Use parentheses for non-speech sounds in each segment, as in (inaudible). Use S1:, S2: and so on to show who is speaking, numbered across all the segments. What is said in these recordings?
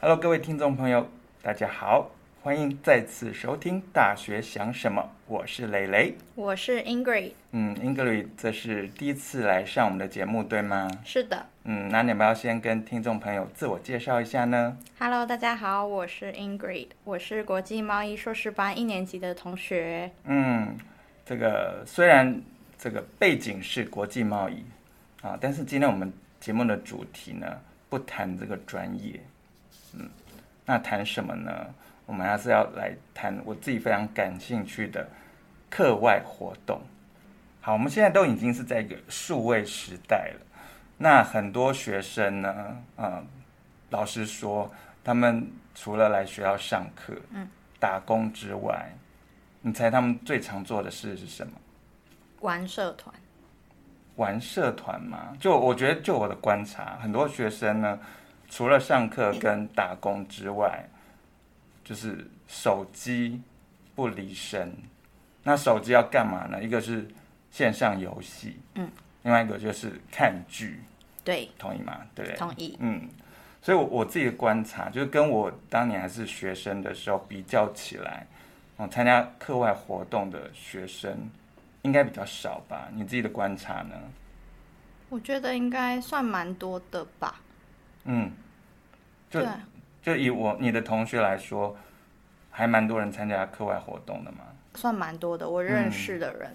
S1: Hello，各位听众朋友，大家好，欢迎再次收听《大学想什么》，我是蕾蕾。
S2: 我是 Ingrid，
S1: 嗯，Ingrid，这是第一次来上我们的节目，对吗？
S2: 是的
S1: 嗯，那你们要先跟听众朋友自我介绍一下呢？
S2: ，Hello，大家好，我是 Ingrid，我是国际贸易硕士班一年级的同学。
S1: 嗯，这个虽然这个背景是国际贸易啊，但是今天我们节目的主题呢，不谈这个专业，嗯，那谈什么呢？我们还是要来谈我自己非常感兴趣的课外活动。好，我们现在都已经是在一个数位时代了，那很多学生呢，嗯，老实说，他们除了来学校上课，
S2: 嗯，
S1: 打工之外，你猜他们最常做的事是什么？
S2: 玩社团，
S1: 玩社团吗？就我觉得，就我的观察，很多学生呢，除了上课跟打工之外，就是手机不离身。那手机要干嘛呢？一个是线上游戏，
S2: 嗯，
S1: 另外一个就是看剧，
S2: 对，
S1: 同意吗？对不对？
S2: 同意，
S1: 嗯，所以我，我自己的观察就是跟我当年还是学生的时候比较起来，我、参加课外活动的学生应该比较少吧？你自己的观察呢？
S2: 我觉得应该算蛮多的吧。
S1: 嗯，就
S2: 对，
S1: 就以我你的同学来说，还蛮多人参加课外活动的嘛。
S2: 算蛮多的。我认识的人、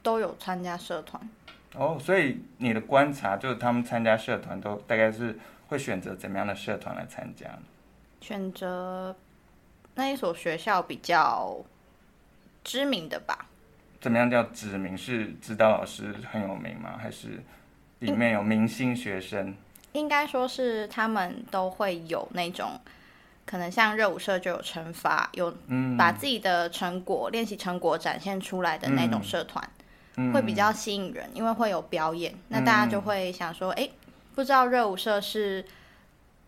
S2: 都有参加社团，
S1: 哦，所以你的观察就是他们参加社团都大概是会选择怎么样的社团来参加呢？
S2: 选择那一所学校比较知名的吧。
S1: 怎么样叫指名？是指导老师很有名吗？还是里面有明星学生？
S2: 应该说是他们都会有那种，可能像热舞社就有惩罚，有把自己的成果、练习成果展现出来的那种社团，
S1: 嗯
S2: 会比较吸引人，因为会有表演，那大家就会想说，诶，不知道热舞社是。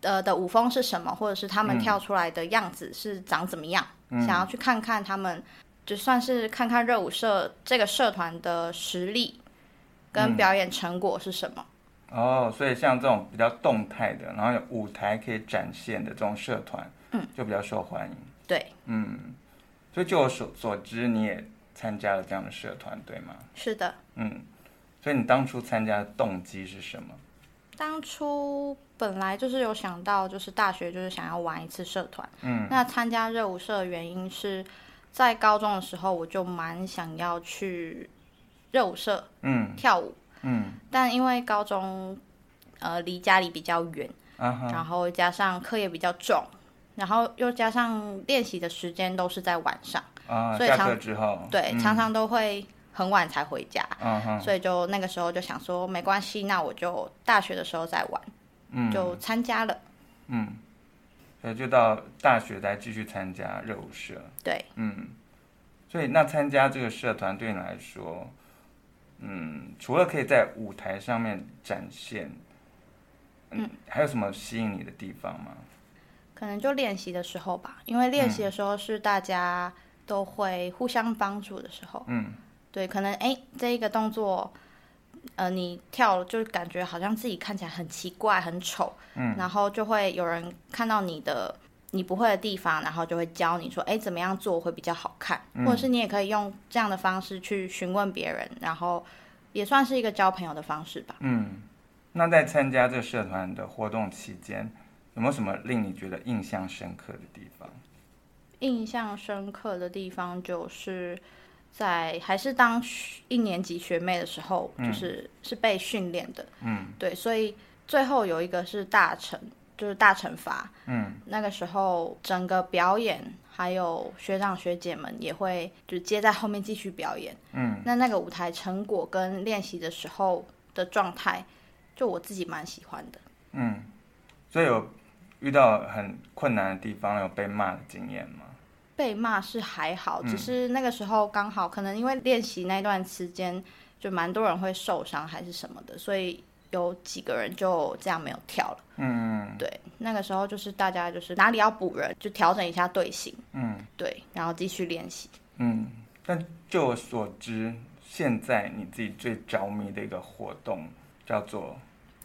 S2: 呃的舞风是什么，或者是他们跳出来的样子是长怎么样，想要去看看他们，就算是看看热舞社这个社团的实力跟表演成果是什么。
S1: 哦，所以像这种比较动态的，然后有舞台可以展现的这种社团，嗯，就比较受欢迎。
S2: 对，
S1: 嗯，所以就我所所知，你也参加了这样的社团，对吗？
S2: 是的，
S1: 嗯，所以你当初参加的动机是什么？
S2: 当初本来就是有想到，就是大学就是想要玩一次社团。嗯，那参加热舞社的原因是在高中的时候，我就蛮想要去热舞社
S1: 嗯
S2: 跳舞，
S1: 嗯
S2: 但因为高中呃离家里比较远，
S1: 啊哈，
S2: 然后加上课业比较重，然后又加上练习的时间都是在晚上，
S1: 啊，
S2: 所以
S1: 下
S2: 常
S1: 课之后，嗯
S2: 对，常常都会很晚才回家。
S1: 啊哈，
S2: 所以就那个时候就想说，没关系，那我就大学的时候再玩，
S1: 嗯
S2: 就参加了。
S1: 嗯，所以就到大学再继续参加热舞社。
S2: 对，
S1: 嗯，所以那参加这个社团对你来说，嗯，除了可以在舞台上面展现，嗯，还有什么吸引你的地方吗？
S2: 可能就练习的时候吧，因为练习的时候是大家都会互相帮助的时候。
S1: 嗯，
S2: 对，可能哎、诶这一个动作，呃，你跳了就感觉好像自己看起来很奇怪、很丑，嗯，然后就会有人看到你的你不会的地方，然后就会教你说，哎、怎么样做会比较好看，或者是你也可以用这样的方式去询问别人，然后也算是一个交朋友的方式吧。
S1: 嗯，那在参加这个社团的活动期间，有没有什么令你觉得印象深刻的地方？
S2: 印象深刻的地方就是在还是当学一年级学妹的时候，就是、是被训练的，
S1: 嗯，
S2: 对，所以最后有一个是大惩，就是大惩罚，
S1: 嗯，
S2: 那个时候整个表演还有学长学姐们也会就接在后面继续表演，
S1: 嗯，
S2: 那那个舞台成果跟练习的时候的状态，就我自己蛮喜欢的，
S1: 嗯，所以有遇到很困难的地方，有被骂的经验吗？
S2: 被骂是还好，
S1: 嗯
S2: 只是那个时候刚好可能因为练习那段时间，就蛮多人会受伤还是什么的，所以有几个人就这样没有跳了。
S1: 嗯
S2: 对，那个时候就是大家就是哪里要补人，就调整一下队形，
S1: 嗯。
S2: 对，然后继续练习。
S1: 嗯，但就我所知，现在你自己最着迷的一个活动叫做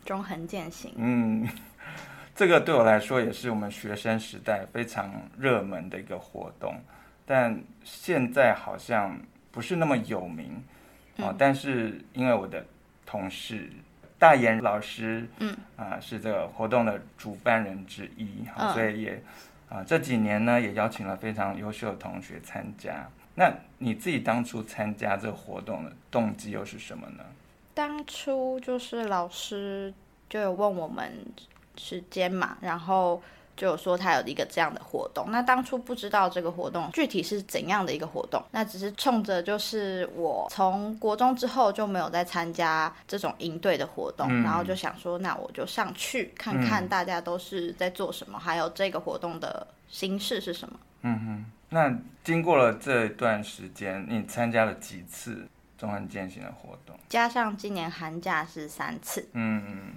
S2: 中横践行，
S1: 嗯， (laughs) 这个对我来说也是我们学生时代非常热门的一个活动，但现在好像不是那么有名啊、
S2: 嗯
S1: 但是因为我的同事大岩老师，
S2: 嗯
S1: 啊、是这个活动的主办人之一，啊
S2: 嗯
S1: 所以也啊、这几年呢也邀请了非常优秀的同学参加。那你自己当初参加这个活动的动机又是什么呢？
S2: 当初就是老师就有问我们时间嘛，然后就有说他有一个这样的活动。那当初不知道这个活动具体是怎样的一个活动，那只是冲着就是我从国中之后就没有再参加这种营队的活动，
S1: 嗯
S2: 然后就想说那我就上去看看大家都是在做什么，还有这个活动的形式是什么。
S1: 那经过了这段时间，你参加了几次中汉践行的活动？
S2: 加上今年寒假是三次，
S1: 嗯，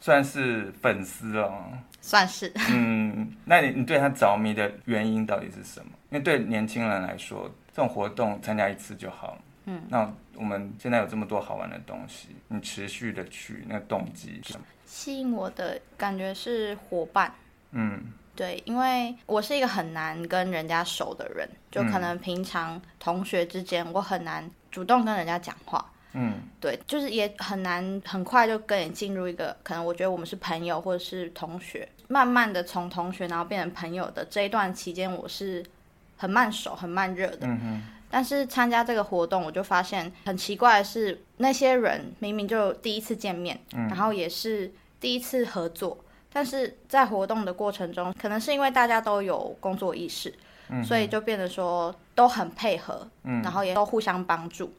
S1: 算是粉丝哦。
S2: 算是
S1: 嗯，那你你对他着迷的原因到底是什么？因为对年轻人来说，这种活动参加一次就好了。嗯，那我们现在有这么多好玩的东西，你持续的去，那动机是什么？
S2: 吸引我的感觉是伙伴。
S1: 嗯
S2: 对，因为我是一个很难跟人家熟的人，就可能平常同学之间，我很难主动跟人家讲话。
S1: 嗯
S2: 对，就是也很难很快就跟你进入一个可能我觉得我们是朋友或者是同学，慢慢的从同学然后变成朋友的这一段期间，我是很慢熟、很慢热的。
S1: 嗯哼
S2: 但是参加这个活动，我就发现很奇怪的是，那些人明明就第一次见面，
S1: 嗯
S2: 然后也是第一次合作，但是在活动的过程中，可能是因为大家都有工作意识，
S1: 嗯
S2: 所以就变得说都很配合，然后也都互相帮助，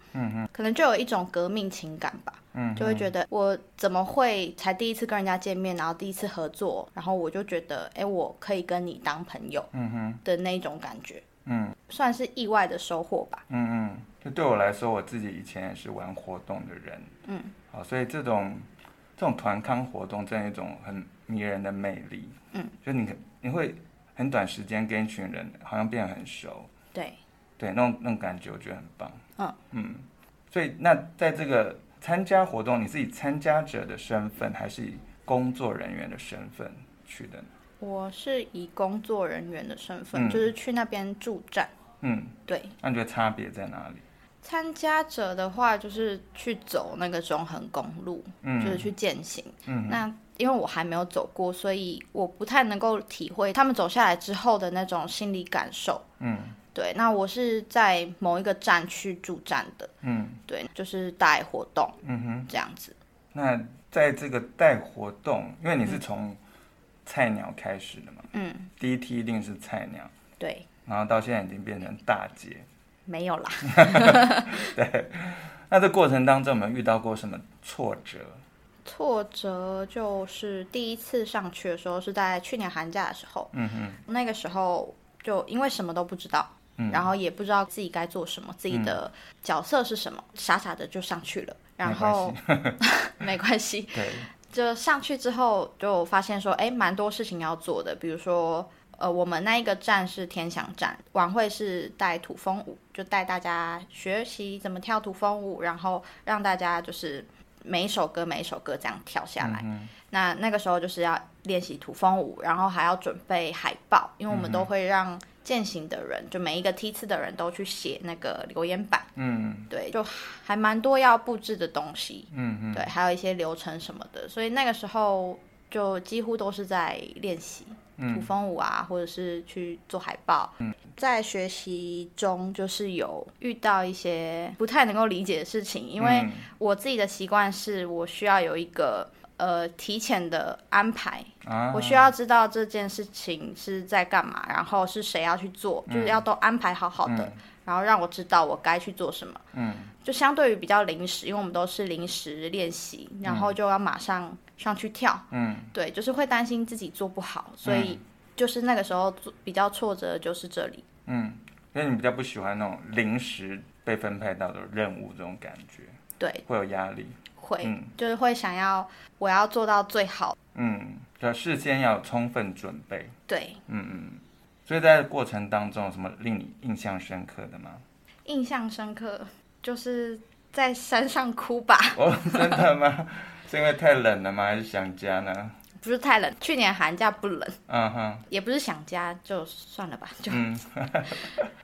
S2: 可能就有一种革命情感吧。
S1: 嗯
S2: 就会觉得我怎么会才第一次跟人家见面，然后第一次合作，然后我就觉得，哎，我可以跟你当朋友
S1: 嗯哼
S2: 的那一种感觉，
S1: 嗯
S2: 算是意外的收获吧。
S1: 嗯嗯，就对我来说，我自己以前也是玩活动的人。
S2: 嗯，
S1: 好，所以这种这种团康活动，真的一种很迷人的魅力。
S2: 嗯，
S1: 就你你会很短时间跟一群人好像变得很熟。
S2: 对，
S1: 对，那种那种感觉我觉得很棒。
S2: 嗯
S1: 所以那在这个参加活动，你是以参加者的身份，还是以工作人员的身份去的呢？
S2: 我是以工作人员的身份，
S1: 嗯
S2: 就是去那边驻站。
S1: 嗯，
S2: 对，
S1: 那你觉得差别在哪里？
S2: 参加者的话就是去走那个中横公路，
S1: 嗯，
S2: 就是去践行。
S1: 嗯
S2: 那因为我还没有走过，所以我不太能够体会他们走下来之后的那种心理感受。
S1: 嗯
S2: 对，那我是在某一个站去驻站的，
S1: 嗯
S2: 对，就是带活动
S1: 嗯哼。
S2: 这样子。
S1: 那在这个带活动，因为你是从菜鸟开始的嘛，
S2: 嗯，
S1: 第一梯一定是菜鸟，
S2: 对，
S1: 然后到现在已经变成大姐。
S2: 没有啦。
S1: 那这过程当中有没有遇到过什么挫折？
S2: 挫折就是第一次上去的时候是在去年寒假的时候，
S1: 嗯哼，
S2: 那个时候就因为什么都不知道，
S1: 嗯
S2: 然后也不知道自己该做什么，自己的角色是什么，傻傻的就上去了。然后 (laughs) 没关系，
S1: 对，
S2: 就上去之后就发现说，哎，蛮多事情要做的，比如说。呃，我们那一个站是天祥站，晚会是带土风舞，就带大家学习怎么跳土风舞，然后让大家就是每一首歌每一首歌这样跳下来。
S1: 嗯
S2: 那那个时候就是要练习土风舞，然后还要准备海报，因为我们都会让践行的人，就每一个梯次的人都去写那个留言板，
S1: 哼嗯
S2: 对，就还蛮多要布置的东西，
S1: 嗯嗯，
S2: 对，还有一些流程什么的，所以那个时候就几乎都是在练习
S1: 嗯
S2: 土风舞啊，或者是去做海报。在学习中，就是有遇到一些不太能够理解的事情，因为
S1: 嗯
S2: 我自己的习惯是我需要有一个呃提前的安排，
S1: 啊，
S2: 我需要知道这件事情是在干嘛，然后是谁要去做，
S1: 嗯
S2: 就是要都安排好好的，然后让我知道我该去做什么。
S1: 嗯，
S2: 就相对于比较临时，因为我们都是临时练习，然后就要马上上去跳，
S1: 嗯，
S2: 对，就是会担心自己做不好，所以就是那个时候做比较挫折的就是这里。
S1: 嗯，所以你比较不喜欢那种临时被分配到的任务这种感觉，
S2: 对，
S1: 会有压力。
S2: 会、
S1: 嗯
S2: 就是会想要我要做到最好，
S1: 嗯，要事先要有充分准备。
S2: 对，
S1: 嗯嗯，所以在过程当中有什么令你印象深刻的吗？
S2: 印象深刻，就是在山上哭吧。
S1: (laughs) 哦，真的吗？是因为太冷了吗？还是想家呢？
S2: 不是太冷，去年寒假不冷，
S1: 嗯哼，
S2: 也不是想家，就算了吧，就
S1: 嗯
S2: (laughs)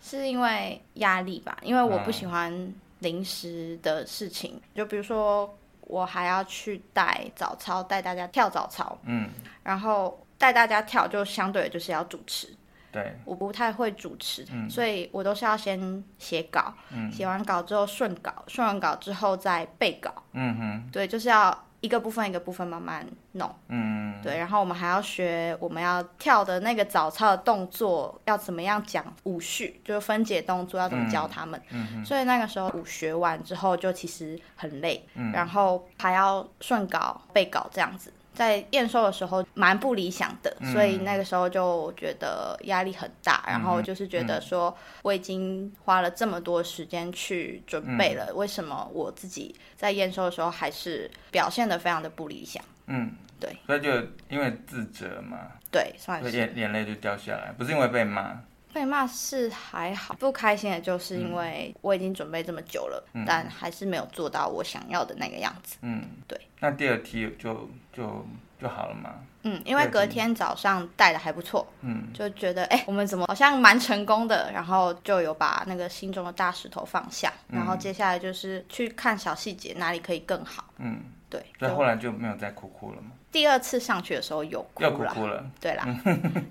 S2: 是因为压力吧，因为我不喜欢临时的事情，
S1: 嗯
S2: 就比如说我还要去带早操，带大家跳早操，
S1: 嗯，
S2: 然后带大家跳，就相对就是要主持，
S1: 对，
S2: 我不太会主持，
S1: 嗯
S2: 所以我都是要先写稿，写完稿之后顺稿，顺完稿之后再背稿，
S1: 嗯哼，
S2: 对，就是要一个部分一个部分慢慢弄。
S1: 嗯
S2: 对，然后我们还要学我们要跳的那个早操的动作要怎么样讲舞序，就是分解动作要怎么教他们。
S1: 嗯
S2: 所以那个时候舞学完之后就其实很累，
S1: 嗯
S2: 然后还要顺稿背稿这样子。在验收的时候蛮不理想的，
S1: 嗯
S2: 所以那个时候就觉得压力很大，然后就是觉得说我已经花了这么多时间去准备了，为什么我自己在验收的时候还是表现的非常的不理想？
S1: 嗯，
S2: 对，
S1: 所以就因为自责嘛，
S2: 对，算
S1: 所
S2: 是
S1: 以眼眼泪就掉下来，不是因为被骂，
S2: 被骂是还好，不开心的就是因为我已经准备这么久了，但还是没有做到我想要的那个样子。
S1: 嗯，
S2: 对，
S1: 那第二题就就就好了嘛，
S2: 嗯，因为隔天早上带的还不错，
S1: 嗯，
S2: 就觉得哎、诶我们怎么好像蛮成功的，然后就有把那个心中的大石头放下，然后接下来就是去看小细节哪里可以更好。
S1: 嗯，
S2: 对，
S1: 所以
S2: 就
S1: 后来就没有再哭哭了嘛，
S2: 第二次上去的时候有哭
S1: 又哭嗯
S2: 啦，
S1: 哭
S2: (laughs)
S1: 了，
S2: 对啦， (laughs)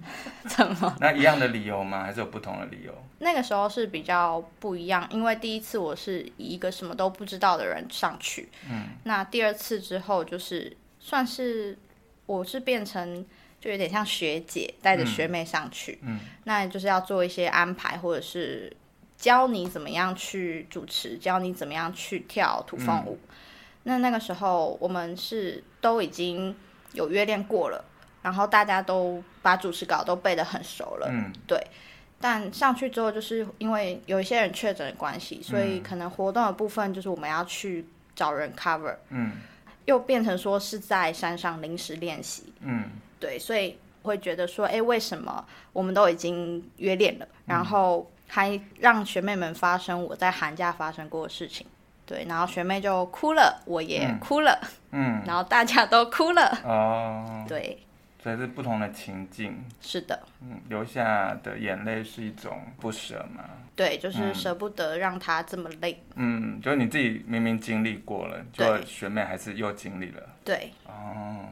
S2: 怎么
S1: 那一样的理由吗？还是有不同的理由？
S2: (laughs) 那个时候是比较不一样，因为第一次我是以一个什么都不知道的人上去，嗯，那第二次之后就是算是我是变成就有点像学姐带着学妹上去，
S1: 嗯，
S2: 那就是要做一些安排或者是教你怎么样去主持，教你怎么样去跳土风舞。那那个时候我们是都已经有约练过了，然后大家都把主持稿都背得很熟了，
S1: 嗯
S2: 但上去之后，就是因为有一些人确诊的关系，所以可能活动的部分就是我们要去找人 cover，
S1: 嗯
S2: 又变成说是在山上临时练习。
S1: 嗯
S2: 对，所以会觉得说，哎、为什么我们都已经约练了，然后还让学妹们发生我在寒假发生过的事情？对，然后学妹就哭了，我也哭了，
S1: 嗯，
S2: 然后大家都哭了。
S1: 哦，
S2: 对，
S1: 所以是不同的情境，
S2: 是的。
S1: 嗯，流下的眼泪是一种不舍嘛，
S2: 对，就是舍不得让她这么累。
S1: 嗯，就是你自己明明经历过了，就
S2: 对
S1: 学妹还是又经历了。
S2: 对，
S1: 哦，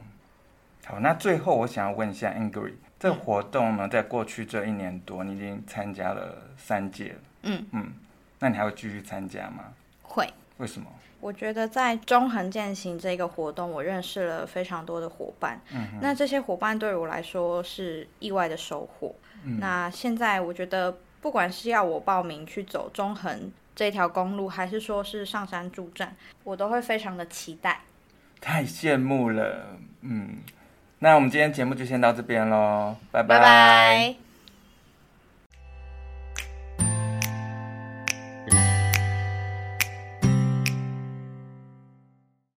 S1: 好，那最后我想要问一下 Angry，这
S2: 嗯
S1: 个活动呢，在过去这一年多，你已经参加了三届了，
S2: 嗯
S1: 嗯，那你还会继续参加吗？
S2: 会。
S1: 为什么？ (laughs)
S2: 我觉得在中横践行这个活动，我认识了非常多的伙伴。嗯、那这些伙伴对我来说是意外的收获。
S1: 嗯
S2: 那现在我觉得，不管是要我报名去走中横这条公路，还是说是上山助战，我都会非常的期待。
S1: 太羡慕了，嗯，那我们今天节目就先到这边喽，拜
S2: 拜拜